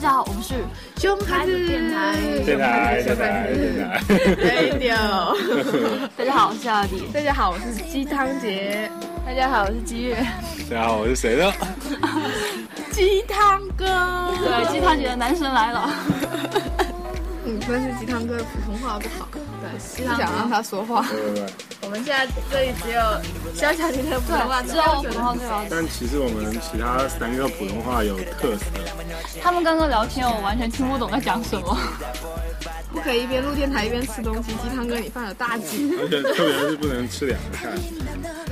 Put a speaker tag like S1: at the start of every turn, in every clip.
S1: 家好，我 们是
S2: 熊孩子
S1: 电台
S2: 熊
S3: 电
S2: 孩
S3: 台
S2: 子
S3: 电
S2: 熊
S3: 台
S2: 孩
S3: 电
S2: 子
S3: 台，
S2: Radio。
S1: 大家好，我是阿迪。
S2: 大家好，我是鸡汤姐，
S1: 大家好，我是吉月。
S3: 大家好，啊我是谁呢？
S2: 鸡汤哥。
S1: 对，鸡汤姐的男神来了。
S2: 你说是鸡汤哥的普通话不好，对，不
S1: 汤哥
S2: 想让他说话。
S3: 对对对。
S2: 我们现在这里只有肖小婷的普通话
S1: 对，知道我普通话最好。
S3: 但其实我们其他三个普通话有特色，
S1: 他们刚刚聊天，我完全听不懂在讲什么。
S2: 不可以一边录电台一边吃东西。鸡汤哥，你犯了大忌，
S3: 而且特别是不能吃凉菜。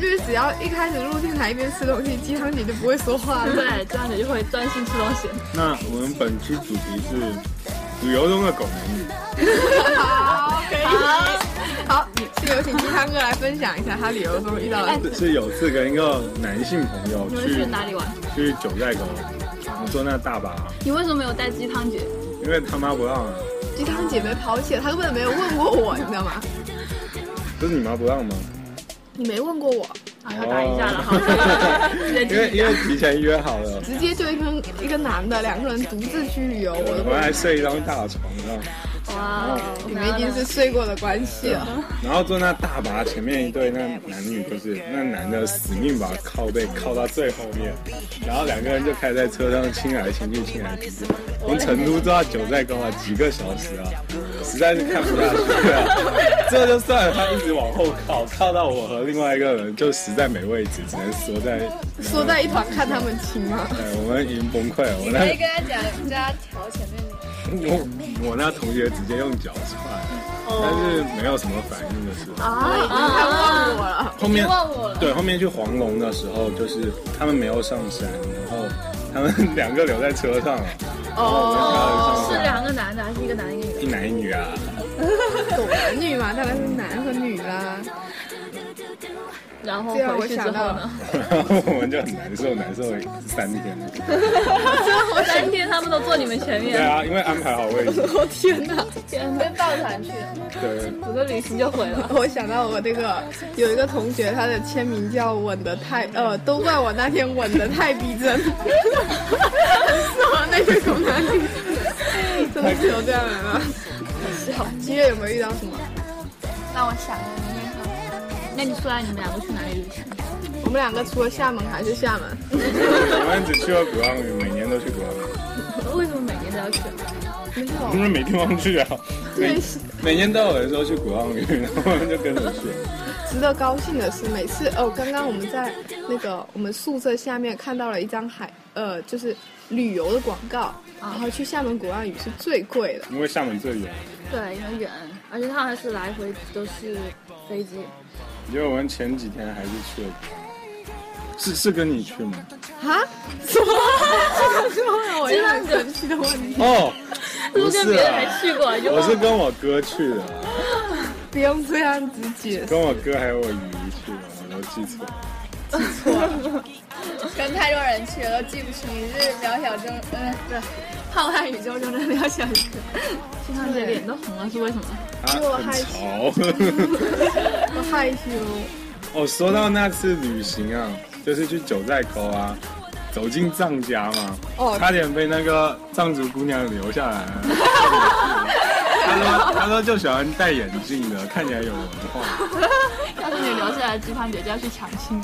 S2: 因为只要一开始录电台一边吃东西，鸡汤姐就不会说话了。
S1: 对，这样你就会专心吃东西。
S3: 那我们本期主题是旅游中的狗男女。
S2: 好，可以。好，是有请鸡汤哥来分享一下他旅游中遇到的。
S3: 是有次跟一个男性朋友
S1: 你们去
S3: 去
S1: 哪里玩？
S3: 去九寨沟，我们坐那大巴，
S1: 你为什么没有带鸡汤姐？
S3: 因为他妈不让啊，
S2: 鸡汤姐被抛弃了，她根本没有问过我，你知道吗？
S3: 不是你妈不让吗？
S2: 你没问过我，
S1: 啊，
S3: 要
S1: 要
S3: 打
S1: 打
S3: 一
S1: 一架
S3: 架了
S1: 了，
S3: 好
S1: 好。
S3: 因为因为提前约好了，
S2: 直接就一个一个男的两个人独自去旅游，我都
S3: 我
S2: 不
S3: 们
S2: 知道
S3: 还睡一张大床，你知道吗？
S1: 哇哦，
S2: 你们已经是睡过的关系了。
S3: 然后坐那大巴前面一对，那男女就是那男的死命把靠背靠到最后面，然后两个人就开始在车上亲来亲去，亲来亲去，从成都坐到九寨沟啊，几个小时啊，实在是看不下去了。这就算了，他一直往后靠，靠到我和另外一个人就实在没位置，只能缩在
S2: 缩在一团看他们亲吗？
S3: 哎，我们已经崩溃了。我那
S4: 可以跟他讲，叫他调前面。
S3: 我我那同学直接用脚踹，但是没有什么反应的时候。
S2: 啊，已经快忘我了。
S3: 后面
S4: 忘我了
S3: 对，后面去黄龙的时候，就是他们没有上山，然后他们两个留在车上了，
S2: 哦，
S3: 是
S4: 两个男的还是一个男的一个女的？
S3: 一男一女啊，
S2: 男女嘛，当然是男和女啦。
S1: 然后
S2: 这让我
S1: 哦回去之
S2: 想
S1: 后
S2: 到
S1: 呢？
S3: 我们就很难受，难受了三天。
S1: 三天他们都坐你们前
S3: 对
S1: 面，
S3: 啊，因为安排好位置，
S2: 我天哪！
S4: 跟抱团去的。
S3: 对，
S1: 整个旅行就毁了。
S2: 我想到我那个有一个同学，他的签名叫“吻的太”，呃，都怪我那天吻的太逼真，是我 那个狗男女，真的是有这样的人吗？好，七月有没有遇到什么？
S1: 让我想那你说来你们两个去哪里旅行？
S2: 我们两个除了厦门还是厦门，
S3: 我们只去了鼓浪屿，每年都去鼓浪屿，
S1: 为什么每年都要去？
S3: 因为没地方去啊，每每年都有人说去鼓浪屿，然后我们就跟着去。
S2: 值得高兴的是，每次哦，刚刚我们在那个我们宿舍下面看到了一张海，呃，就是旅游的广告，然后去厦门鼓浪屿是最贵的。
S3: 因为厦门最远，
S4: 对，因为远，而且他还是来回都是飞机。
S3: 因为我们前几天还是去了，是是跟你去吗？
S2: 啊？什么？ 这个是
S3: 啊
S2: 我要神奇的问题。
S3: 哦，不
S1: 都跟
S3: 是
S1: 别人
S3: 啊，
S1: 还去过，就
S3: 我
S1: 忘
S3: 是
S1: 了。
S3: 跟我哥去的，
S2: 不用这样子解释。
S3: 跟我哥还有我姨去的，我都记错了。
S4: 跟太多人去了，都记不清。你是渺小中，
S2: 呃
S4: 嗯，不是，浩
S2: 啊
S4: 瀚宇宙中的渺小中。
S1: 金汤姐脸都红了，是为什么？
S3: 他
S2: 我
S3: 很
S2: 还
S3: 潮。
S2: 我害羞。
S3: 哦，说到那次旅行啊，就是去九寨沟啊，走进藏家嘛，
S2: 哦
S3: 差点被那个藏族姑娘留下来。他说：“他说就喜欢戴眼镜的，看起来有文化。
S1: 要是你留下来，金汤姐就要去强亲。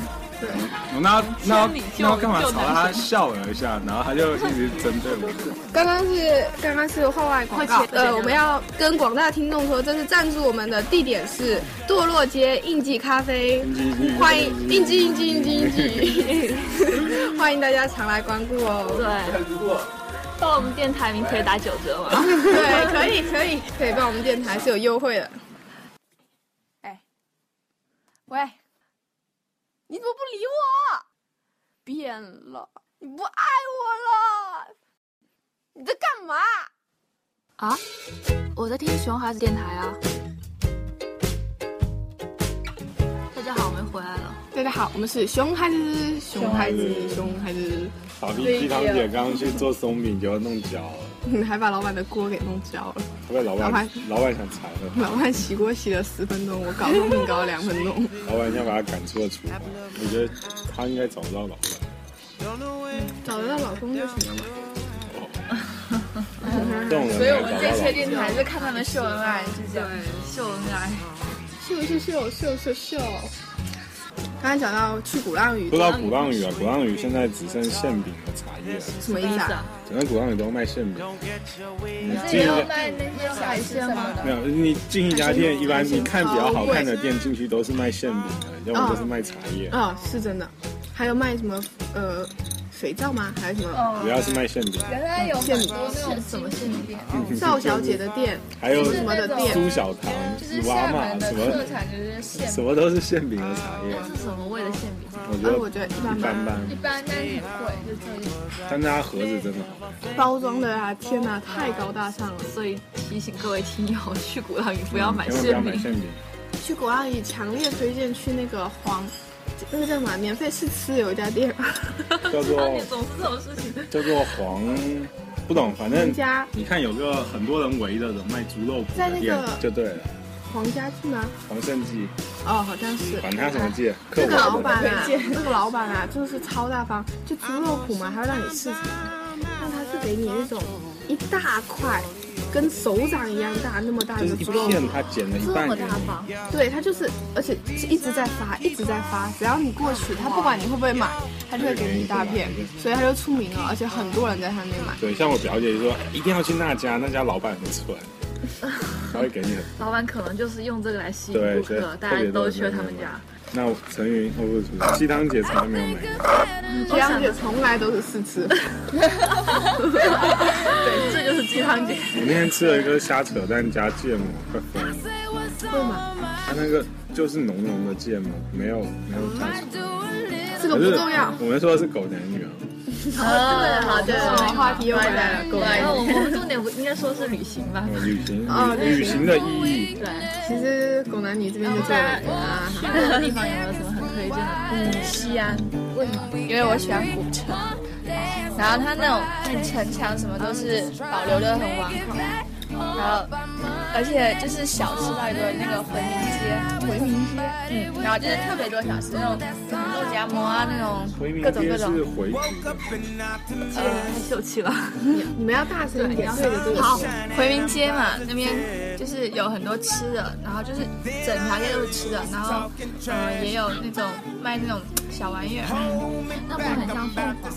S3: 我那那
S1: 千里救
S3: 那干嘛
S1: 救
S3: 吵？
S1: 男
S3: 他
S1: 神
S3: 笑了一下，然后他就一直针对我。
S2: 刚刚是刚刚是画外广告
S1: 快，切
S2: 呃，我们要跟广大听众说，这是赞助我们的地点是堕落街印记咖啡
S3: 印记印记，
S2: 欢迎印记印记印记印 记，欢迎大家常来光顾哦。
S1: 对，到了我们电台名可以打九折嘛？
S2: 对，可以可以可以帮我们电台是有优惠的。
S4: 喂，你怎么不理我？变了，你不爱我了？你在干嘛？
S1: 啊，我在听熊孩子电台啊。大家好，我们回来了。
S2: 大家好，我们是熊孩子，熊孩子
S3: 熊
S2: 熊孩
S3: 孩，子
S2: 子，
S3: 傻逼鸡汤姐刚刚去做松饼，结果弄焦了。”
S2: 你嗯还把老板的锅给弄焦了。
S3: 会不会老
S2: 老
S3: 板
S2: 板
S3: 老板想裁了，
S2: 老板洗锅洗了十分钟，我搞弄饼搞了两分钟。
S3: 老板想把他赶出了厨房。我觉得他应该 找不到老板。
S2: 找得到老公就行了嘛。
S3: 这种人
S1: 所以
S3: 来
S1: 我们
S3: 搞
S1: 这
S3: 到
S1: 期的
S3: 老
S1: 电台就看他们秀恩爱，是这样，秀恩爱。
S2: 秀秀秀秀秀秀。刚才讲到去鼓浪屿
S3: 不，知道鼓浪屿啊，鼓浪屿现在只剩馅饼和茶叶了，
S2: 什么意
S1: 意
S2: 思
S1: 思
S2: 啊
S1: 啊？？
S3: 整个鼓浪屿都卖馅饼。你进
S1: 也
S3: 一
S1: 有
S3: 家
S1: 卖那些海鲜吗？
S3: 没有，你进一家店，一般你看比较好看的店进去都是卖馅饼的，要么就是卖茶叶，
S2: 哦，是真的。还有卖什么呃肥皂吗？还有什么
S3: 主要是卖馅饼。
S5: 原来有很多那种
S1: 什么馅饼？
S2: 赵小姐的店？
S3: 还有
S2: 什么的店？
S3: 苏小棠、
S5: 就是
S3: 娃
S5: 厦
S3: 玛
S5: 门的
S3: 什
S5: 特
S3: 么
S5: 产就是馅饼，
S3: 什么都是馅饼和茶叶，
S1: 是什么味的馅饼？
S3: 我觉
S2: 哎，
S3: 得
S2: 我觉得一般
S3: 一般般
S5: 一，般但是很贵，就这样。
S3: 但它盒子真的好看。
S2: 包装的啊，天哪，太高大上了！
S1: 所以提醒各位听友，去鼓浪屿不要买
S3: 千万不要
S1: 馅
S3: 买
S1: 饼。
S3: 馅饼，
S2: 去鼓浪屿强烈推荐去那个黄，那个叫什么啊？免费试吃有一家店，
S3: 叫做
S1: 总是这种事情，
S3: 叫做黄，不懂，反正
S2: 人家
S3: 你看有个很多人围着的卖猪肉脯
S2: 在那
S3: 的店
S2: 个
S3: 就对了，
S2: 黄家记吗？
S3: 黄胜记，
S2: 哦，好像是。
S3: 管他什么记，
S2: 那
S3: 客我
S2: 个老板
S3: 的。
S2: 啊，那个老板啊，就是超大方，就猪肉脯嘛，还会让你试尝，但他是给你那种一大块，跟手掌一样大那么大
S3: 就是
S2: 的
S3: 一
S2: 猪肉，
S3: 片，他剪了一
S1: 这
S3: 半
S1: 么
S3: 给你
S1: 大。方，
S2: 对，他就是，而且是一直在发，一直在发，只要你过去，他不管你会不会买，他就会给你一大片，所以他就出名了，而且很多人在他那边买。
S3: 对，像我表姐就说哎一定要去那家，那家老板很蠢，他会给 你很。
S1: 老板可能就是用这个来吸引
S3: 对
S1: 顾
S3: 对
S1: 客，大
S3: 特
S1: 家
S3: 别多
S1: 都
S3: 人
S1: 去了
S3: 在
S1: 他
S3: 那
S1: 们
S3: 买
S1: 家。
S3: 那我陈云我不出鸡汤姐从来没有买过，
S2: 这样姐从来都是试吃，
S1: 对，这就是鸡汤姐。
S3: 我那天吃了一个虾扯蛋加芥末，快疯了。
S2: 会吗？
S3: 它那个就是浓浓的芥末，没有没
S2: 嗯
S3: 有加什么。
S2: 这个
S3: 可
S2: 不
S3: 是
S2: 重要。
S3: 我们说的是狗男女啊，
S1: 对，好
S2: 对
S1: 的，
S2: 话题又回来了
S1: 对，然后我们重点不应该说是旅行吧？
S3: 呃旅行
S2: 哦
S3: 旅旅行的意义，
S1: 对，
S2: 其实狗男女这边就对了啊，
S1: 去过的地方有没有什么很推荐的？嗯，西安。
S5: 因为我喜欢古城，然后它那种那城墙什么都是保留的很完好，然后而且就是小吃到一个那个回民街，回民街，嗯，然后就是特别多小吃，那种什么肉夹馍啊，那
S3: 回
S5: 种
S3: 民
S5: 各种
S3: 街
S5: 各种
S3: 是，回族的，
S1: 太秀气了。
S2: 你们要大声一点，对着这个
S5: 好，回民街嘛，那边就是有很多吃的，然后就是整条街都是吃的，然后呃也有那种卖那种小玩意儿，
S1: 那不很像凤凰？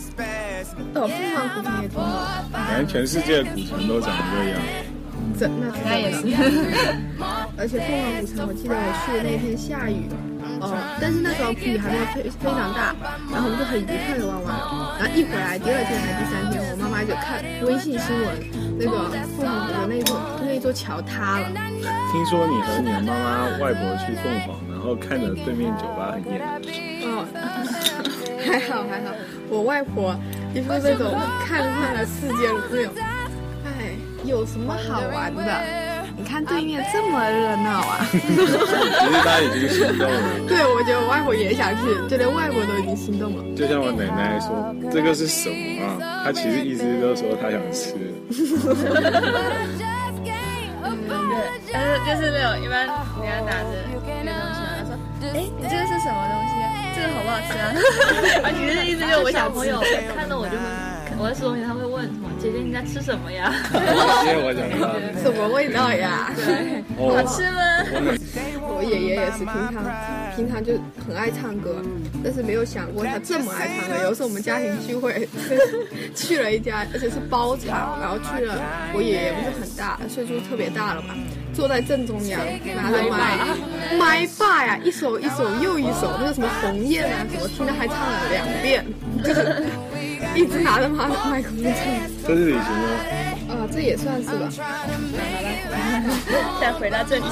S2: 呃，凤凰古城也挺好。
S3: 反正全世界古城都长这样。
S2: 真那应
S1: 该也是。
S2: 而且凤凰古城，我记得我去的那天下雨，哦、但是那时候雨还没有非非常大，然后我们就很愉快的玩完了。然后一回来，第二天还是第三天，我妈妈就看微信新闻，那个凤凰古城那一座那一座桥塌了，
S3: 听说你和你的妈妈、外婆去凤凰，然后看着对面酒吧很艳，
S2: 哦，还好还好，我外婆一副那种看惯了世界的那种，哎，有什么好玩的？你看对面这么热闹啊！
S3: 其实她已经心动了。
S2: 对，我觉得我外婆也想去，就连外婆都已经心动了。
S3: 就像我奶奶说，这个是什么啊？她其实意思就是说她想吃，
S5: 但是就是那种一般人家拿着那种什么，说，哎，你这个是什么东西啊？这个好不好吃啊？
S1: 啊，你的意思就是我小朋友看到我就会，我在吃东西，他会问什么？姐姐你在吃什么呀？
S3: 因为我想要。
S2: 什么味道呀？
S3: 好吃吗？
S2: 我爷爷也是平常平常就很爱唱歌，但是没有想过他这么爱唱歌。有一次我们家庭聚会去了一家，而且是包场，然后去了我爷爷不是很大，岁数特别大了嘛，坐在正中央，拿着麦麦霸呀，一首一首又一首，那个什么鸿雁啊什么，听他还唱了两遍，就是一直拿着麦麦克风 唱。
S3: 这是旅行吗？
S2: 啊，这也算是吧。
S5: 再回到正题，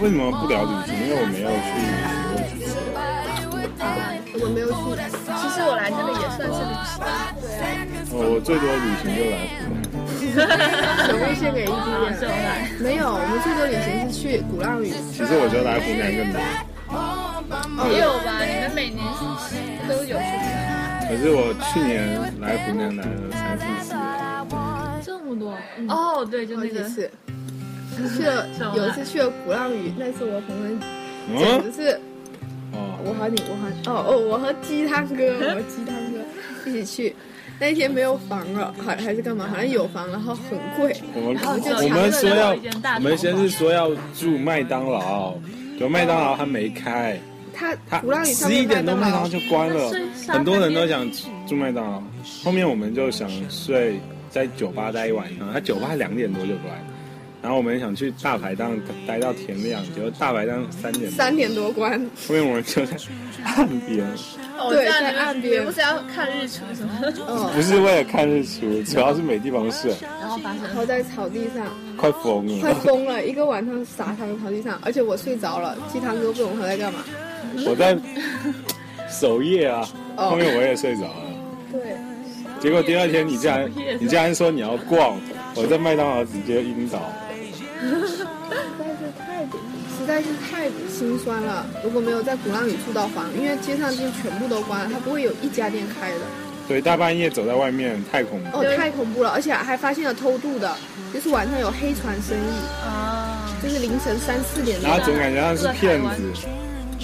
S3: 为什么不聊旅行？因为我没有去旅行过。
S2: 我没有去，
S5: 其实我来这里也算是旅行，
S3: 哦我最多旅行就来湖南，
S2: 全部献给一
S1: 啊，
S2: 滴
S1: 秀
S2: 眼。
S1: 恩
S2: 没有，我们最多旅行是去鼓浪屿。
S3: 其实我觉得来湖南更多。
S5: 也有吧？你们每年都有去，
S3: 可是我去年来湖南来了三四次吧，
S1: 爱这么多。哦，对，就
S2: 好
S1: 那
S2: 几
S1: 个
S2: 次，去了
S1: 什么
S2: 有一次去了鼓浪屿，那次我朋友简
S3: 嗯，
S2: 直是
S3: 哦，
S2: 我和你，我和哦哦，我和鸡汤哥，我和鸡汤哥一起去，那天没有房了，还还是干嘛？好像有房，然后很贵。
S3: 我们
S1: 然后就
S3: 我们说
S1: 抢
S3: 要
S1: 了一间大，
S3: 我
S1: 床
S3: 们先是说要住麦当劳，就麦当劳它没开，
S2: 他
S3: 它
S2: 鼓浪屿上
S3: 十
S2: 面
S3: 一点多麦
S2: 麦
S3: 当
S2: 当
S3: 劳
S2: 劳
S3: 就关了
S1: 那睡，沙
S3: 很多
S1: 滩
S3: 人都
S1: 边
S3: 想住麦当劳。后面我们就想睡在酒吧待一晚上，他酒吧两点多就关，然后我们想去大排档待到天亮，结果大排档三点多，
S2: 三点多关，
S3: 后面我们就在岸边，
S2: 对，在岸边
S1: 不，是要看日出什么，
S2: 嗯，
S3: 不是为了看日出，主要是没地方睡，
S1: 然后发生
S2: 然后在草地上，
S3: 快疯了。
S2: 快疯了，一个晚上撒躺在草地上，而且我睡着了，鸡汤哥不懂他在干嘛。
S3: 我在守夜啊，
S2: 哦
S3: 后面我也睡着了。
S2: 对，
S3: 结果第二天你竟然
S1: 守夜
S3: 你竟然说你要逛，我在麦当劳直接晕倒。
S2: 实在是太心酸了。如果没有在鼓浪屿住到房，因为街上店全部都关了，它不会有一家店开的。
S3: 对，大半夜走在外面太恐怖
S2: 哦
S3: 了。，
S2: 太恐怖了，而且还发现了偷渡的，就是晚上有黑船生意，
S5: 啊，
S2: 就是凌晨三四点钟
S3: 然，后总感觉像是骗子，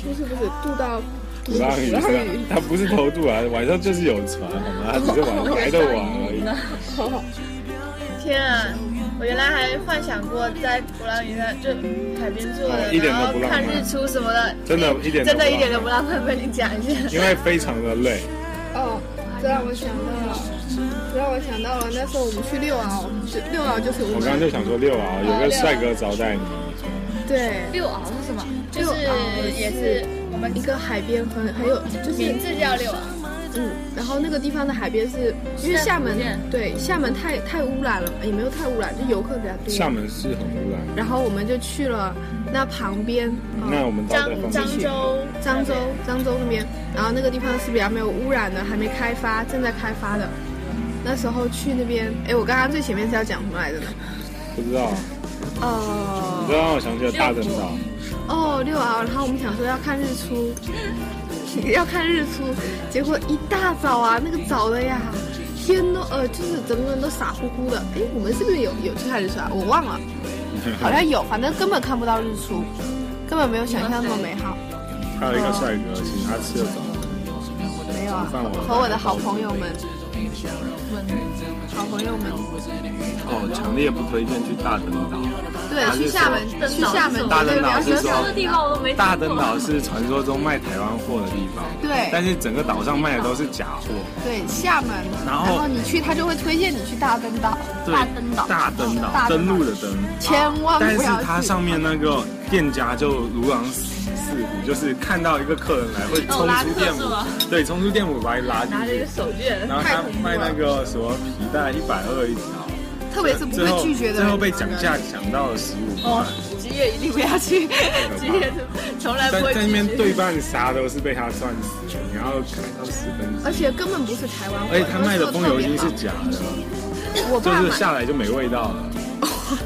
S2: 不是不是渡到
S3: 鼓浪屿
S2: 鼓
S3: 是吧
S2: 浪屿？
S3: 他不是偷渡啊，晚上就是有船，好吗？他只是玩玩的玩而已。
S6: 天啊！我原来还幻想过在鼓浪屿上就海边坐
S3: 哦
S6: 着，
S3: 一点
S6: 然
S3: 都
S6: 后
S3: 不浪漫
S6: 看日出什么的，
S3: 真的一点都
S6: 真
S3: 不浪漫
S6: 的一点都不浪漫，被你讲一下。
S3: 因为非常的累，
S2: 哦，这让我想到了，这让我想到了，那时候我们去六鳌，就六鳌就是
S3: 我
S2: 我
S3: 刚刚
S2: 们
S3: 就想说六啊，有个帅哥招待你，
S2: 对
S5: 六鳌是什么？就
S2: 六
S5: 是
S2: 鳌
S5: 也是我们
S2: 一个海边很很有就是
S5: 名字叫六鳌。
S2: 嗯，然后那个地方的海边是因为厦门
S1: 是在福
S2: 对厦门太太污染了，也没有太污染，就游客比较多。
S3: 厦门是很污染。
S2: 然后我们就去了那旁边，啊
S3: 那我们到这方
S6: 漳
S3: 面，
S6: 州，
S2: 哦漳州漳州那边，然后那个地方是比较没有污染的，还没开发，正在开发的。那时候去那边，哎，我刚刚最前面是要讲什么来着呢？
S3: 不知道，你
S2: 哦
S3: 知道让我想起了大灯岛。
S2: 哦，六鳌，然后我们想说要看日出， 要看日出，结果一大早啊，那个早的呀，天都呃，就是整个人都傻乎乎的。哎，我们是不是有有去看日出啊？我忘 了，好像有，反正根本看不到日出，根本没有想象那么美好。
S3: 还有一个帅哥，请他吃了早餐，
S2: 没有啊
S3: 饭我，
S2: 和我的好朋友们，好朋友们，
S3: 哦，强烈不推荐去大灯岛。
S2: 对，去厦门，去厦门，
S3: 大灯岛
S2: 对
S3: 是
S2: 对对
S3: 说
S1: 地方我都没听过
S3: 大灯岛是传说中卖台湾货的地方，
S2: 对
S3: 但是整个岛上卖的都是假货。
S2: 对厦门，
S3: 然
S2: 然
S3: 后
S2: 后你去，他就会推荐你去大灯岛，
S3: 对，
S5: 大灯岛
S3: 大灯岛，
S2: 大灯
S3: 登
S2: 岛
S3: 陆的登。
S2: 千万
S3: 但
S2: 不
S3: 是
S2: 要
S3: 它
S2: 去。
S3: 上面那个店家就如狼似虎，就是看到一个客人来会冲
S1: 哦拉
S3: 出
S1: 客
S3: 店
S1: 是吗
S3: 铺，对，冲出店铺把你拉进
S1: 拿着一
S3: 去
S1: 个，手绢，
S3: 然后他卖那个什么皮带一百二一条，
S2: 特别是不
S3: 最后
S2: 会拒绝的
S3: 最
S2: 人，
S3: 后被讲价讲到了十五
S1: 哦
S3: 块，
S6: 职业一定不要去，职业从来
S3: 在
S6: 不会
S3: 在那边
S6: 拒绝。
S3: 对半杀都是被他算死的，你要砍到十分 之一。
S2: 而且根本不是台湾货，
S3: 而哎且他卖的风油精是
S2: 特
S3: 假的，
S2: 别好我
S3: 就
S2: 爸
S3: 是
S2: 买，
S3: 下来就没味 道了。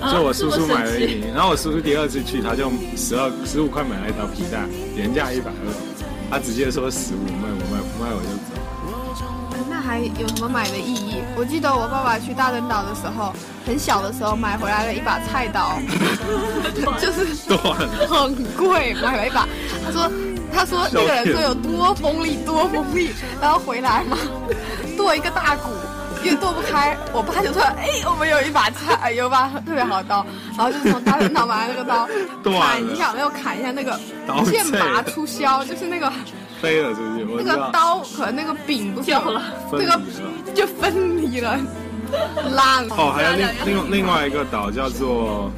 S3: 就我叔叔买了一瓶，然后我叔叔第二次去，他就十二十五块买了一条皮带，原价一百二，他直接说十五卖我卖不卖我就走。
S2: 哦那还有什么买的意义？我记得我爸爸去大灯岛的时候，很小的时候买回来了一把菜刀， 就是
S3: 断了，
S2: 很贵，买了一把。他说，他说那个人说有多锋利，多锋利，然后回来嘛，剁一个大骨，越剁不开。我爸就说，哎，我们有一把菜，有一把特别好的刀，然后就从大人堂买了那个刀，
S3: 断了
S2: 砍一下，没有砍一下那个
S3: 刀碎
S2: 剑拔
S3: 了
S2: 出鞘，就是那个
S3: 飞了出去，我
S2: 那
S3: 知
S2: 个
S3: 道
S2: 刀和那个柄不掉了，
S3: 分离
S2: 那
S3: 了
S2: 个。就分离 了，烂了。
S3: 哦，还有另另另外一个岛叫做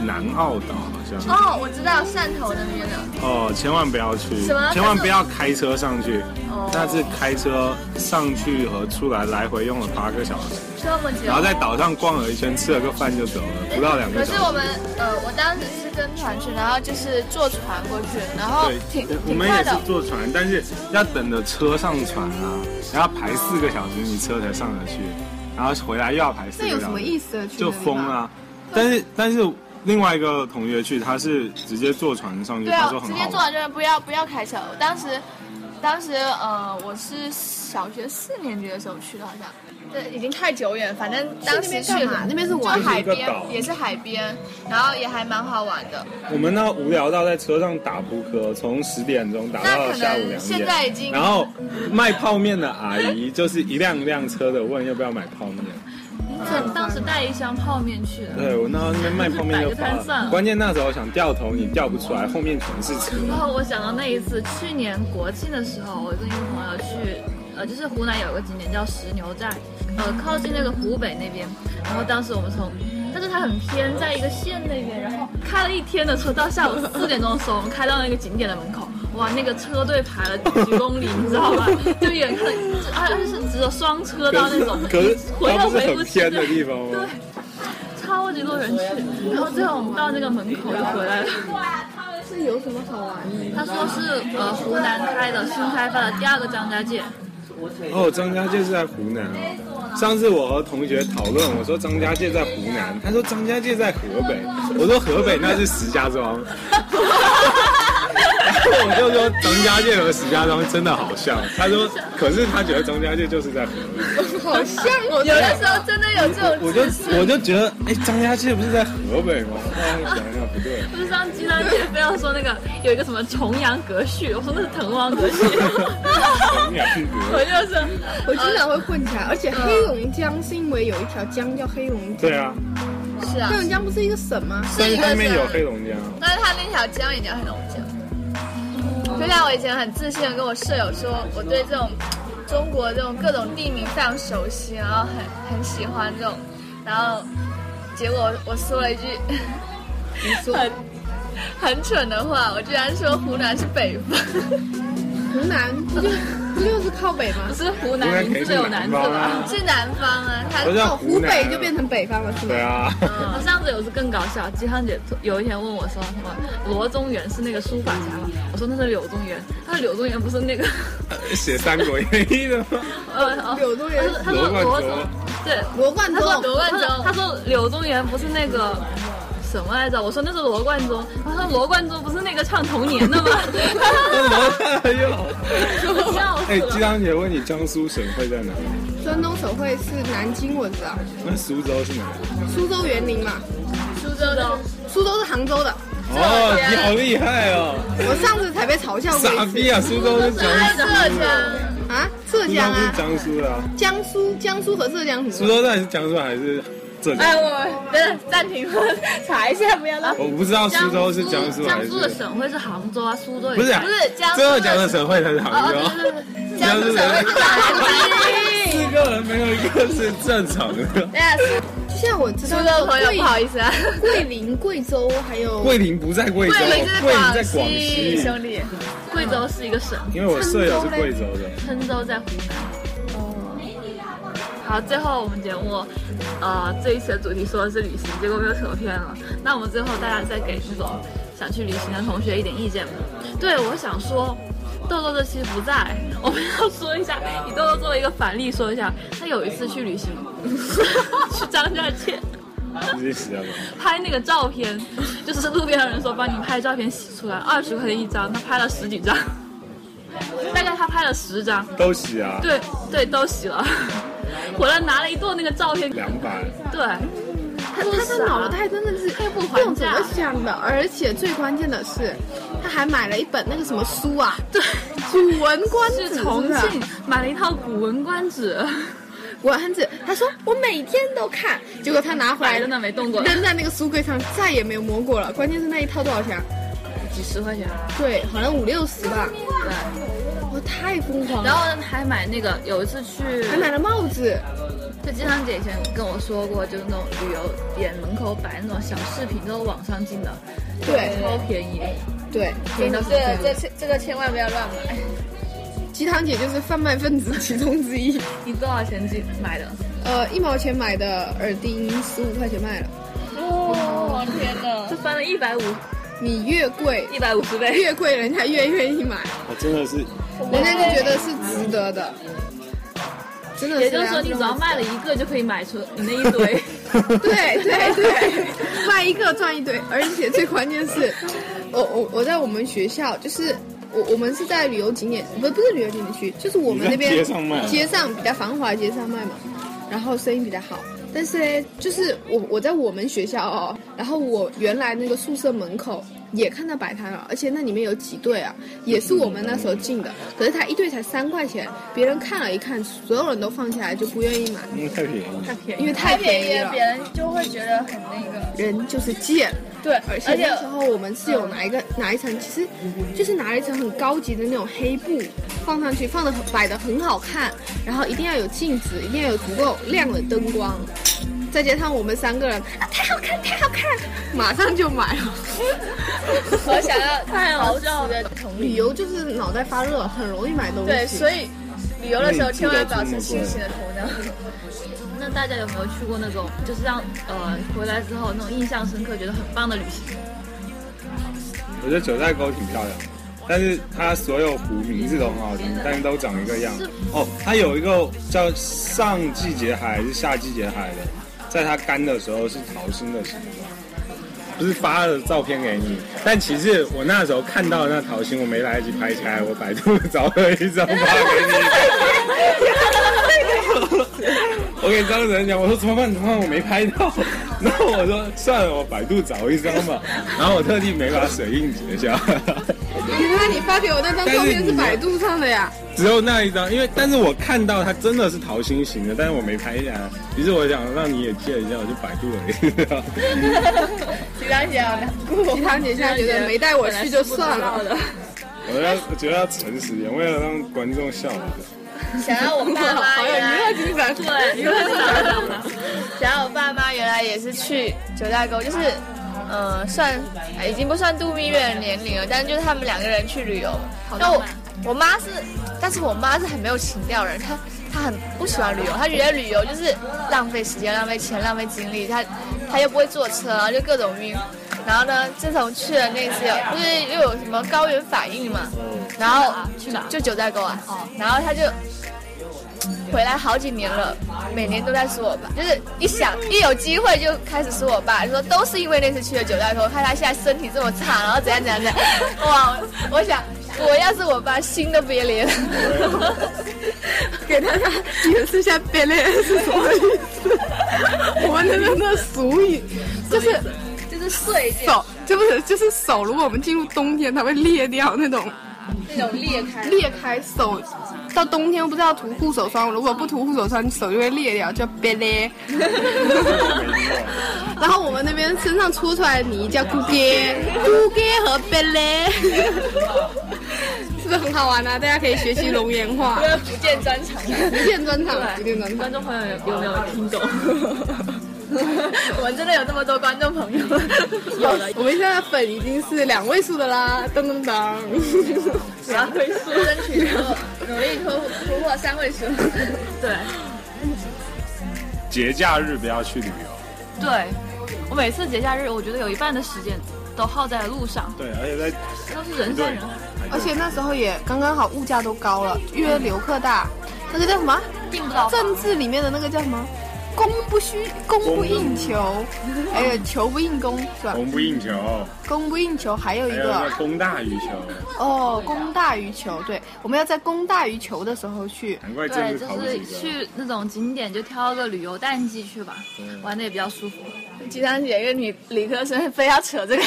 S3: 南澳岛，好像
S5: 哦，我知道汕头那边的，
S3: 哦，千万不要去
S5: 什么，
S3: 千万不要开车上去，
S2: 哦
S3: 那是开车上去和出来来回用了八个小时。
S5: 这么久
S3: 然。后在岛上逛了一圈，吃了个饭就走了，不到两
S5: 可
S3: 个
S5: 是
S3: 小
S5: 我
S3: 时。
S5: 们呃，我当时是跟团去，然后就是坐船过去，然后哦挺
S3: 我
S5: 挺
S3: 们也
S5: 快
S3: 是
S5: 的。
S3: 坐船，但是要等着车上船啊，然后排四个小时，你车才上得去，然后回来又要排四
S2: 那
S3: 个
S2: 有什
S3: 小
S2: 么
S3: 时，
S2: 意思啊？去
S3: 就
S2: 那个地
S3: 疯
S2: 方
S3: 了、。但是但是另外一个同学去，他是直接坐船上去，
S5: 对
S3: 他
S5: 啊
S3: 说，很
S5: 直接
S3: 好
S5: 坐
S3: 玩。
S5: 完就不要不要开车。我当时当时呃，我是小学四年级的时候去的，好像，这已经太久远，反正当时去了，
S2: 那边是
S5: 就
S2: 玩
S5: 海
S3: 就是一个
S5: 边
S3: 岛，
S5: 也是海边，然后也还蛮好玩的。
S3: 我们那无聊到在车上打扑克，从十点钟打
S5: 那
S3: 到
S5: 可
S3: 下午
S5: 能
S3: 两
S5: 现
S3: 点。
S5: 在已经
S3: 然后卖泡面的阿姨就是一辆一辆车的问要不要买泡面。
S1: 你当时带一箱泡面去的，
S3: 对我那那边卖泡面就
S1: 摆
S3: 发
S1: 个摊算
S3: 了，
S1: 了
S3: 关键那时候想掉头你掉不出来，后面全是车。
S1: 然哦后我想到那一次，去年国庆的时候，我跟一个朋友去，呃，就是湖南有个景点叫石牛寨，呃，靠近那个湖北那边。然后当时我们从，但是它很偏，在一个县那边，然后开了一天的车，到下午四点钟的时候，我们开到那个景点的门口，哇，那个车队排了几公里，你知道吧？ 就远看，而且是只有双车道那种，
S3: 可是
S1: 回
S3: 它
S1: 都
S3: 不是
S1: 回不
S3: 很
S1: 去
S3: 偏的地方哦吗？
S1: 超级多人去，然后最后我们到那个门口就回来了。
S2: 是有什么好玩的？
S1: 他说是呃湖南开的新开发的第二个张家界，
S3: 哦，张家界是在湖南哦。上次我和同学讨论，我说张家界在湖南，他说张家界在河北，我说河北那是石家庄。 然后我就说张家界和石家庄真的好像，他说，可是他觉得张家界就是在河北，
S2: 好像我
S5: 有的时候真的有这种
S3: 我就我就觉得，哎，张家界不是在河北吗？后来想一想不对，
S1: 就是上鸡蛋啊界非要说那个有一个什么重阳阁序，我说那是滕王阁序，
S3: 你俩是河
S1: 我
S3: 北
S1: 就说
S2: 我经常会混起来，而且黑龙江是因为有一条江叫黑龙江，
S3: 对啊，
S5: 是啊
S2: 黑，龙江不是一个省吗？
S3: 但是他面有黑龙江，
S5: 但是它那条江也叫黑龙江。就像我以前很自信的跟我舍友说，我对这种中国这种各种地名非常熟悉，然后很很喜欢这种，然后结果我说了一句，你说很很蠢的话，我居然说湖南是北方，
S2: 湖南不就不就是靠北吗
S1: 不？是湖
S3: 应该
S1: 南
S3: 肯
S1: 名
S3: 定
S1: 字
S3: 是
S1: 有
S3: 南
S1: 南字
S3: 方
S1: 吧？
S3: 啊，
S5: 是南方啊，它
S3: 我叫
S2: 哦，湖
S3: 南
S2: 北就变成北方了，是吗
S3: 对？啊。
S1: 我上次有一次更搞笑，鸡汤姐有一天问我说什么罗中原是那个书法家吗？我说那是柳宗元，他说柳宗元不是那个，
S3: 写《三国演义》的吗？
S1: 呃，哦
S2: 柳宗元
S1: 他说他说
S3: 罗
S1: 罗
S3: 贯中
S1: 中，对，
S2: 罗贯
S1: 他说
S2: 中，
S1: 罗贯中，他说柳宗元不是那个什么来着？我说那是罗贯中，他说罗贯中不是那个唱童年的吗？
S3: 哎呦！
S1: 笑
S3: 哎
S1: 死，
S3: 鸡
S1: 了！
S3: 汤姐问你江苏省会在哪里？
S2: 山东省会是南京，我知道，
S3: 那苏州是哪里？
S2: 苏州园林嘛，
S1: 苏州的，
S2: 苏州是杭州的。
S3: 哦，你好厉害哦！
S2: 我上次才被嘲笑过
S3: 傻
S2: 一
S3: 逼
S2: 次
S3: 啊！苏州是江苏，
S2: 啊，浙
S3: 苏
S2: 江
S3: 州
S2: 啊，
S3: 是江苏的啊。
S2: 江苏，江苏和浙江什
S3: 苏
S2: 么？
S3: 州到底是江苏还是浙江？
S5: 哎我等等暂停，我查一下，不要浪费。
S3: 我不知道苏州是江苏还
S1: 江
S3: 是
S1: 苏的省会是杭州啊，苏州也
S3: 不是啊
S5: 不是江苏的
S3: 浙江的省会才是杭州。江苏省会四个人没有一个是正常的。
S2: 现在我知道
S5: 苏州的朋友
S2: 桂
S5: 不好意思啊，
S2: 桂林、贵州还有
S3: 桂林不在贵州，
S5: 桂
S3: 桂
S5: 林是
S3: 林在
S5: 广
S3: 广
S5: 西
S3: 西。
S5: 兄弟，
S1: 贵州是一个省，
S3: 因为我舍友是贵州的，
S1: 郴州在湖南。好，最后我们节目，呃，这一期的主题说的是旅行，结果被我扯偏了。那我们最后大家再给那种想去旅行的同学一点意见吧。对，我想说，豆豆这期不在，我们要说一下，以豆豆作为一个反例说一下，他有一次去旅行， 去张家界。
S3: 你是石家庄。
S1: 拍那个照片，就是路边有人说帮你拍照片洗出来，二十块钱一张，他拍了十几张，大概他拍了十张，
S3: 都洗啊，
S1: 对对，都洗了。 回来拿了一摞那个照片，
S3: 两百。
S1: 对，他
S2: 他的脑袋真的是
S1: 他又不还
S2: 用怎
S1: 价
S2: 么想的，而且最关键的是，他还买了一本那个什么书啊，
S1: 对，
S2: 古文观止
S1: 去
S2: 是
S1: 重
S2: 不是
S1: 庆买了一套《古文观止》，
S2: 古文字，他说我每天都看，结果他拿回来
S1: 摆在那没动过，
S2: 扔在那个书柜上，再也没有摸过了。关键是那一套多少钱？啊
S1: 几十块钱。啊
S2: 对，好像五六十吧。
S1: 对，
S2: 我太疯狂
S1: 然
S2: 了，
S1: 后哦还买那个，有一次去
S2: 还买了帽子。
S1: 就鸡汤姐以前跟我说过，就是那种旅游点门口摆那种小饰品，都是网上进的，
S2: 对
S1: 超便宜，
S2: 对，
S1: 便宜到什么
S5: 这
S1: 程
S5: 这
S1: 度？
S5: 这个千万不要乱买。
S2: 鸡汤姐就是贩卖分子其中之一。
S1: 你多少钱进买的？
S2: 呃，一毛钱买的耳钉，十五块钱卖了。
S5: 哦，天哪！
S1: 就翻了一百五
S2: 你越 贵，
S1: 一百五十倍。
S2: 越贵人家越愿意买，
S3: 我真的是
S2: 人家就觉得是值得的。真的是
S1: 也
S2: 这
S1: 就
S2: 样，
S1: 是说，你只要卖了一个就可以买出你那一 堆。
S2: 对对对，卖一个赚一堆，而且最关键是，我我我在我们学校就是我我们是在旅游景点，不是不是旅游景点区，就是我们那边
S3: 你在街上卖
S2: 街上比较繁华，街上卖嘛，然后生意比较好。但是呢，就是我我在我们学校哦，然后我原来那个宿舍门口也看到摆摊了，而且那里面有几对啊，也是我们那时候进的，可是他一对才三块钱，别人看了一看，所有人都放下来就不愿意买，
S3: 因为 太便宜了。
S2: 因为
S6: 太
S2: 太
S6: 便宜
S2: 便宜
S6: 了，
S2: 了
S6: 别。人就会觉得很那个。
S2: 人就是贱，
S6: 对，
S2: 而且嗯
S6: 而且
S2: 那时候我们是有拿一个拿一层，其实就是拿了一层很高级的那种黑布放上去，放的摆的很好看，然后一定要有镜子，一定要有足够亮的灯光，再加上我们三个人啊，太好看，太好看，马上就买了。
S6: 我想要太豪爽的同理。
S2: 旅游就是脑袋发热，很容易买东西。
S6: 对，所
S2: 以
S6: 以旅游的时候千万保持清醒的头脑。
S1: 那大家有没有去过那种就是让呃回来之后那种印象深刻、觉得很棒的旅行？
S3: 我觉得九寨沟挺漂亮的，但是它所有湖名字都很好听，但是都长一个样。哦，它有一个叫上季节海还是下季节海的，在它干的时候是桃心的形状。不是发了照片给你，但其实我那时候看到那桃心，我没来得及拍下来，我百度找了一张发给你。我给张主任讲，我说怎么办？怎么办？我没拍到。然后我说算了，我百度找一张吧。然后我特地没把水印截下来，
S2: 原来你发给我那张照片是百度上的呀？
S3: 只有那一张，因为但是我看到它真的是桃心形的，但是我没拍下来。于是我想让你也借一下，我就百度了一下。
S6: 徐大姐，
S2: 鸡汤姐现在觉得没带我去就算了。
S3: 我要我觉得要诚实一点，为了让观众笑我。
S6: 想要我爸 妈
S2: 好有
S6: 原来
S2: 娱乐精神，
S1: 对，你会
S6: 想要我爸妈原来也是去
S5: 九寨沟就是，呃，算哎已经不算度蜜月的年龄了，但是就是他们两个人去旅游。那我我妈是，但是我妈是很没有情调的人，她她很不喜欢旅游，她觉得旅游就是浪费时间、浪费钱、浪费精力，她她又不会坐车，然后就各种晕。然后呢，自从去了那次，就是又有什么高原反应嘛，然后
S1: 去哪？哦
S5: 就九寨沟啊，然后他就回来好几年了，每年都在说我爸，就是一想一有机会就开始说我爸，说都是因为那次去了九寨沟，看他现在身体这么差，然后怎样怎样怎样，哇！我我想我要是我爸，心都别离了。
S2: 给大家 解释一下 b e l 是什么意思。我们那边的俗语就是
S5: 就是碎掉，
S2: 手，就不是就是手，如果我们进入冬天，它会裂掉那种。
S5: 那种裂开，
S2: 裂开手，到冬天不知道涂护手霜，如果不涂护手霜，你手就会裂掉，叫 b e 然后我们那边身上搓出来的泥叫 g u g e g g e 和 b e 是不是很好玩啊？大家可以学习龙岩话，
S5: 福建专场。
S2: 不见专场，不见专场。
S1: 观众朋友有哎有没有听懂？
S5: 我们真的有这么多观众朋友，
S1: 有的，
S2: 我们现在粉已经是两位数的啦，噔噔噔。
S1: 两位数，
S6: 争取能够努力突突破三位数。
S1: 对
S3: 节假日不要去旅游，
S1: 对。我每次节假日，我觉得有一半的时间都耗在了路上，
S3: 对，而且在
S1: 都是人
S3: 对
S1: 山人海，，
S2: 而且那时候也刚刚好物价都高了，约留客大，那个叫什么？
S1: 订不到房。
S2: 政治里面的那个叫什么？供不需，供不应求，哦还有求不应供，是吧？
S3: 供不应求，
S2: 供不应求，还有一
S3: 还有那
S2: 个
S3: 个供大于求，
S2: 哦，供大于求。对，我们要在供大于求的时候去。
S3: 难怪政
S1: 对，
S3: 治
S1: 就
S3: 考不
S1: 是
S3: 及格。
S1: 去那种景点就挑个旅游淡季去吧，玩的也比较舒服。
S5: 鸡汤姐一个女理科生非要扯这 个，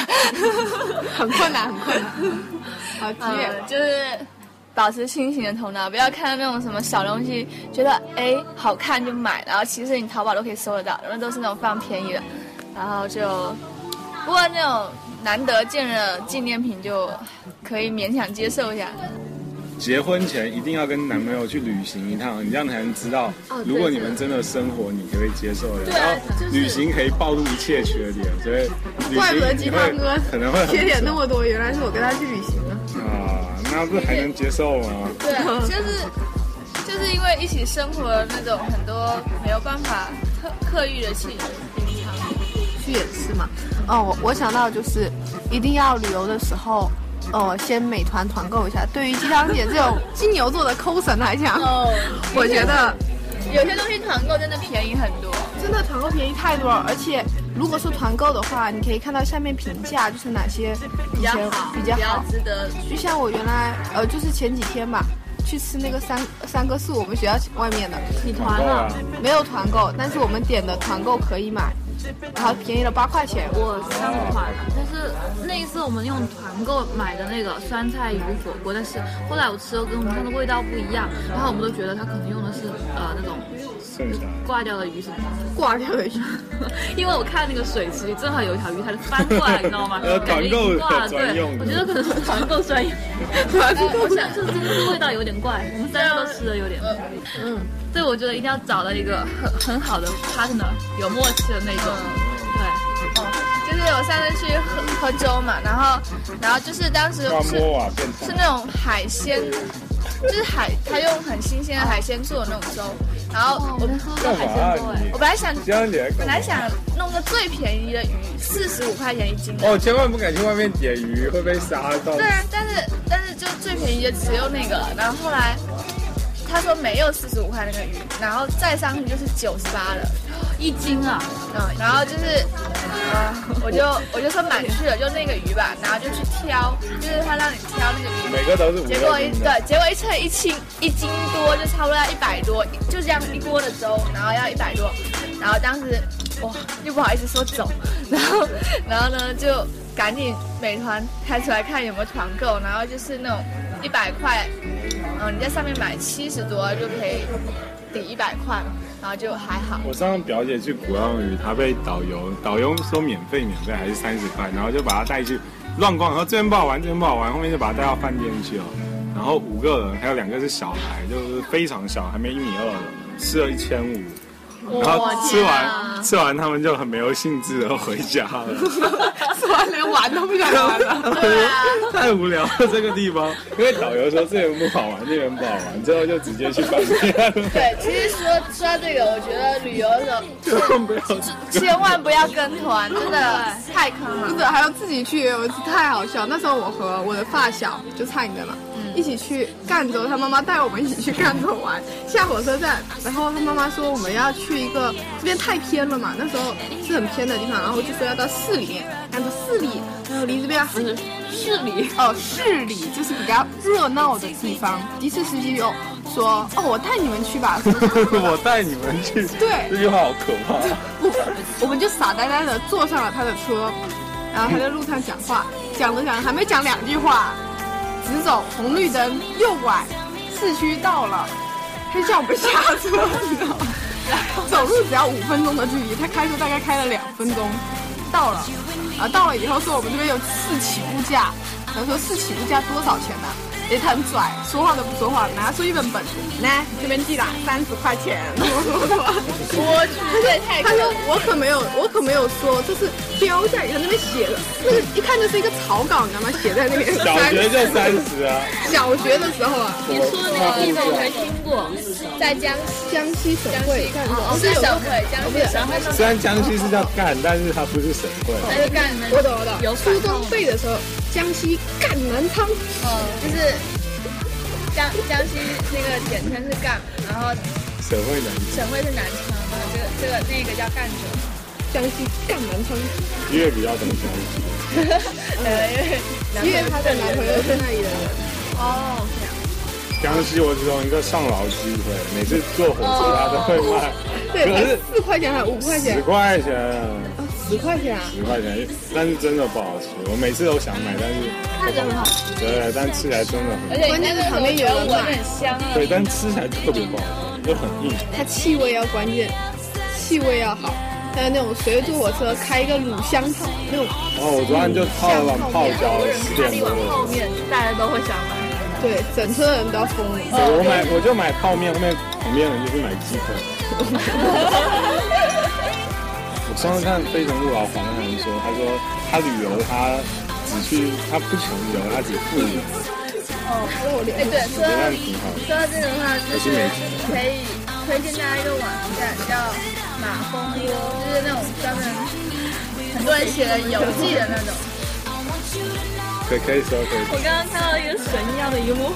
S2: 很困难，很困难。好激烈
S5: 呃，，就是保持清醒的头脑，不要看到那种什么小东西，觉得哎好看就买，然后其实你淘宝都可以搜得到，然后都是那种非常便宜的，然后就不过那种难得见的纪念品就可以勉强接受一下。
S3: 结婚前一定要跟男朋友去旅行一趟，你这样才能知道，如果你们真的生活，你可不可以接受的。然后旅行可以暴露一切缺点，所以旅
S2: 怪不得
S3: 行
S2: 鸡
S3: 你
S2: 汤哥
S3: 会可能会很
S2: 缺点那么多，原来是我跟他去旅行了。
S3: 啊，那不是还能接受吗？
S5: 对，就是就是因为一起生活的那种很多没有办法刻刻意的去隐藏。
S2: 去也是嘛。哦，我我想到就是，一定要旅游的时候，呃，先美团团购一下。对于鸡汤姐这种金牛座的抠神来讲，
S5: 哦，
S2: 我觉得
S5: 有些东西团购真的便宜很多。
S2: 真的团购便宜太多了，而且如果说团购的话，你可以看到下面评价，就是哪些以
S1: 比较
S2: 前
S1: 好，
S2: 比较好。
S1: 值得。
S2: 就像我原来呃，就是前几天吧，去吃那个三三哥是我们学校外面的，
S1: 你
S3: 广
S1: 团
S3: 告
S1: 了
S3: 啊，，
S2: 没有团购，但是我们点的团购可以买，然后便宜了八块钱。
S1: 我三个团，啊但是那一次我们用团购买的那个酸菜鱼火锅，但是后来我吃了跟我们看的味道不一样，然后我们都觉得它可能用的是呃那种
S3: 剩下的
S1: 挂掉的鱼什么的。
S2: 挂掉了一下，
S1: 因为我看那个水池里正好有一条鱼，它就翻过来，你知道 吗？
S3: 呃
S1: 感觉已经挂了，
S3: 团购专
S1: 对
S3: 用，
S1: 我
S3: 的
S1: 觉得可能是团购专用。哎
S2: 团
S1: 我想就是这个味道有点怪，我们三个都吃的有点。
S2: 嗯，
S1: 对，我觉得一定要找到一个很很好的 partner，有默契的那种。对，
S5: 哦就是我上次去喝喝粥嘛，然后然后就是当时
S3: 花
S5: 是
S3: 摸瓦变
S5: 是
S3: 成
S5: 那种海鲜，就是海，他用很新鲜的海鲜做的那种粥。然后我
S3: 干嘛啊你
S5: 我？本来想
S3: 这样你还
S5: 哎本来想弄个最便宜的鱼，四十五块钱一斤的。
S3: 哦，千万不敢去外面点鱼，会被杀到。
S5: 对啊，但是但是就最便宜的只有那个了。然后后来他说没有四十五块那个鱼，然后再上去就是九十八了。
S1: 一斤啊，
S5: 嗯，然后就是，呃，我就我就说满去了，就那个鱼吧，然后就去挑，就是他让你挑那个鱼。
S3: 每个都是五
S5: 结果
S3: 六
S5: 一
S3: 斤的，
S5: 对，结果一称一斤一斤多，就差不多要一百多，就这样一锅的粥，然后要一百多，然后当时哇又不好意思说走，然后 然后呢就赶紧美团开出来看有没有团购，然后就是那种一百块，嗯你在上面买七十多就可以抵一百块，然后就还好。
S3: 我上次表姐去鼓浪屿，她被导游导游说免费免费还是三十块，然后就把她带去乱逛，然后这边不好玩，这边不好玩，后面就把她带到饭店去了。然后五个人，还有两个是小孩，就是非常小，还没一米二的，吃了一千五，然后吃完吃完他们就很没有兴致的回家了，
S2: 吃完连玩都不想玩 了。
S3: 太无聊了这个地方。因为导游说这人不好玩，那人不好玩，最后就直接去饭店了，
S5: 对，其实说说到这个，我觉得旅游的时 候
S3: 就没有。
S5: 千万不要跟团，真的太坑了。
S2: 或者还要自己去，我太好笑。那时候我和我的发小，就差你的嘛，一起去赣州，他妈妈带我们一起去赣州玩。下火车站，然后他妈妈说我们要去一个这边太偏了嘛，那时候是很偏的地方，然后就说要到市里面，然后市里，然后离这边很
S1: 市里
S2: 哦，市里就是比较热闹的地方。的士司机又说，哦，我带你们去吧。
S3: 我带你们去，
S2: 对
S3: 这句话好可怕。
S2: 我我们就傻呆呆的坐上了他的车，然后他在路上讲话，讲着讲着还没讲两句话，直走红绿灯右拐，市区到了，他就叫我们下车，你知道吗？ 走路只要五分钟的距离，他开车大概开了两分钟，到了，啊，到了以后说我们这边有四起步价，然后说四起步价多少钱呢、哎，他很拽，说话都不说话，拿出一本本，来这边记啦，三十块钱， 什么什么什么。
S5: 我去，这也太
S2: 他
S5: 坑
S2: 说
S5: 了！
S2: 我可没有，我可没有说，这是标价，他那边写的，那个一看就是一个草稿，你知道吗？写在那边。
S3: 小学就三十啊，
S2: 小学的时候啊，
S1: 你说的那个地方我没听过，
S5: 在江西，
S2: 江西省会赣州，
S5: 不是省会，江西省会，
S3: 虽然江西是叫赣，但是它不是省会。
S5: 那就干什么？
S2: 我懂我懂。
S1: 有反
S2: 初
S1: 动
S2: 中背的时候，江西赣南昌，
S5: 哦，就是江江西那个简称是赣，然后
S3: 省会能
S5: 省会是南昌，然后这个这个那个叫赣州。
S2: 江西赣南昌，
S3: 越比较懂江西，
S5: 嗯
S2: 因为她的男朋友是那里人。
S5: 哦
S3: 江西我只懂一个上劳机会，每次坐火车它都会卖，
S1: 哦
S2: 对，
S3: 可
S2: 才
S3: 是
S2: 四块钱还是五块
S3: 十
S2: 钱？
S3: 块钱，
S2: 十块钱啊！
S3: 十块钱，但是真的不好吃。我每次都想买，但是
S1: 看着很好吃。
S3: 对，但吃起来真的很，
S5: 关键是旁边有人闻很香啊，
S3: 对，但吃起来特别不好吃，就很硬。
S2: 它气味要关键，气味要好。还有那种随坐火车开一个卤香泡，那种
S3: 然后我昨天就泡了碗泡椒，十点多了。
S1: 后面大家都会想买。
S2: 对，整车人都要疯了。
S1: 哦
S3: 我买我就买泡面，后面旁边人就去买鸡 腿。我上次看《非诚勿扰》，黄涵说，他说他旅游他只去他不穷游，他只富游，
S5: 哎对，说
S3: 觉
S5: 到
S3: 得挺好的。
S5: 说到这个的话，就是可以推荐大家一个网站叫马蜂窝，就是那种专门很多人写的游记的那种。
S3: 可以可以说可以说，
S1: 啊 我刚刚看到一个神一样的一幕，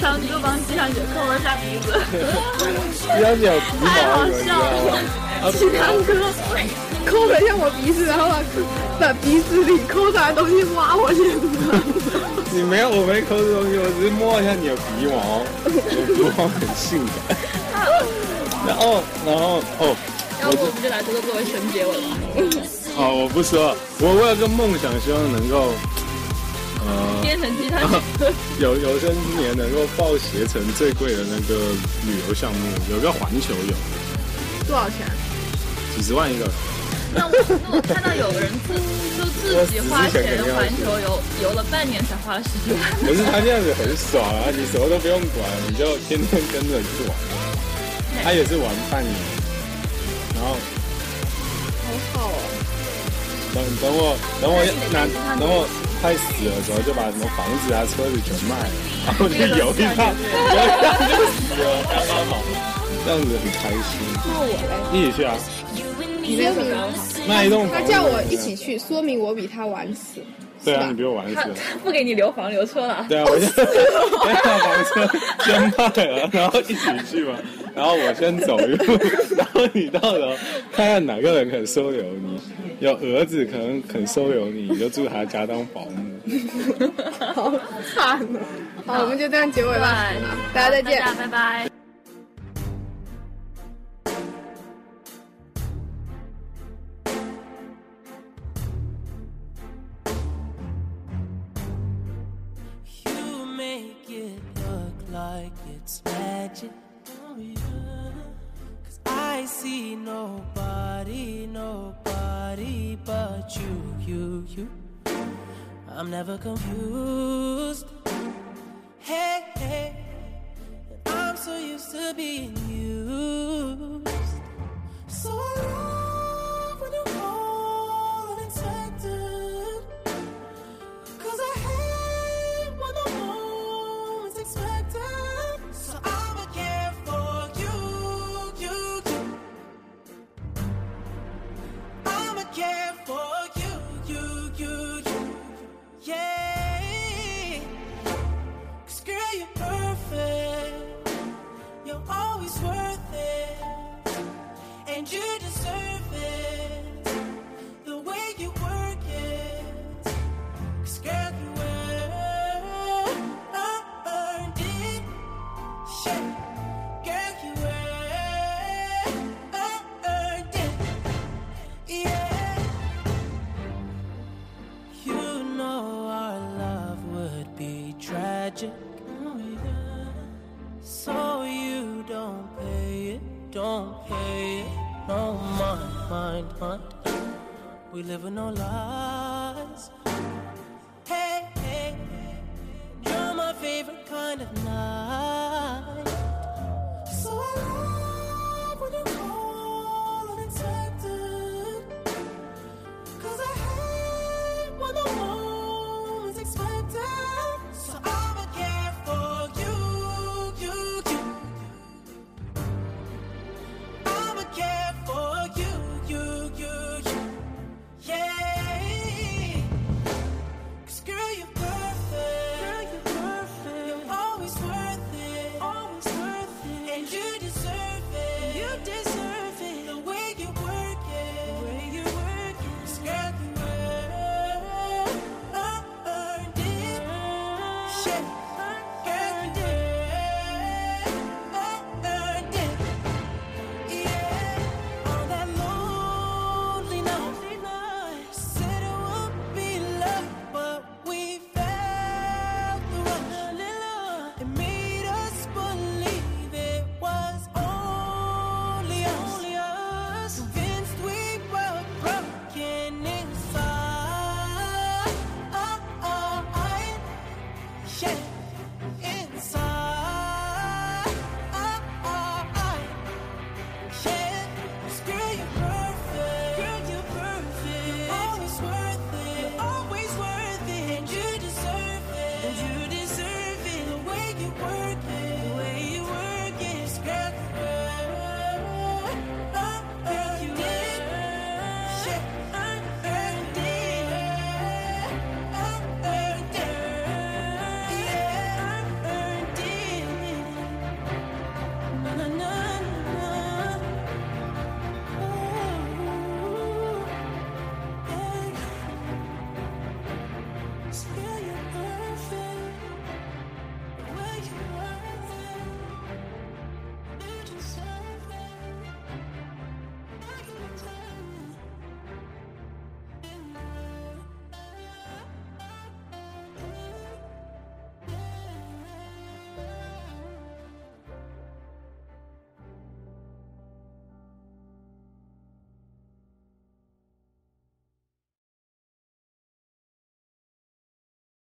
S1: 长就帮季小姐抠了下鼻子，
S3: 你要讲皮
S1: 太好
S3: 毛，你知
S1: 笑
S3: 道吗啊
S1: 了？。
S2: 其他哥抠了一下我鼻子，然后把把鼻子里抠出来的东西挖我脸上。
S3: 你没有，我没抠这东西，我只是摸一下你的鼻毛，我鼻毛很性感。然后，然后，哦，
S1: 要不我们就来这个作为纯结尾吧。
S3: 好，哦我不说了，我我有个梦想，希望能够，呃，
S1: 变成鸡汤姐，
S3: 有有生之年能够报携程最贵的那个旅游项目，有个环球游，
S2: 多少钱？
S3: 几十万一个，
S1: 那我那我看到有人自就自己花钱环球游游了半年才花了十几万，
S3: 可是他这样子很爽啊，你什么都不用管，你就天天跟着去玩。他也是玩半年，然后
S2: 好好哦，
S3: 等等我等我拿等我快死了之后，就把什么房子啊、车子全卖了，然后就游一趟，游一趟就死了，刚刚好，这样子很开心。那我嘞？一起去啊，
S2: 你那个
S3: 卖一栋房
S2: 他
S3: 子。
S2: 叫我一起去，说明我比他晚死。
S3: 对
S2: 是
S3: 啊，
S2: 吧
S3: 你比我玩死了。
S1: 不给你留房留车了。
S3: 对啊，我就 先把房车先卖了，然后一起去嘛。然后我先走一步， 然后你到时候看看哪个人肯收留你。有儿子可能肯收留你，你就住他家当保姆。
S2: 好惨哦！好，我们就这样结尾吧
S1: 对，
S2: 好 大家再见。
S1: 大家拜拜。
S7: You make it look like it's magic. Oh, yeah. Cause I see nobody, nobody but you, you, you. I'm never confused. Hey, hey, I'm so used to being used. So I love when you call unexpected. Cause I hate when the moment's expected. So I'ma care for you, you, you. I'ma care for you, you, you, you. Yeah. Cause girl, you're perfect. You're always worth it. And you deserve it. The way you work it. Cause girl, you earned, earned it. Shit. Girl, you earned, earned it. Yeah. You know our love would be tragic. Oh, yeah. So you don't pay it, don't pay it. No mind, mind, mind. We live with no lies hey, hey, you're my favorite kind of night. Ah,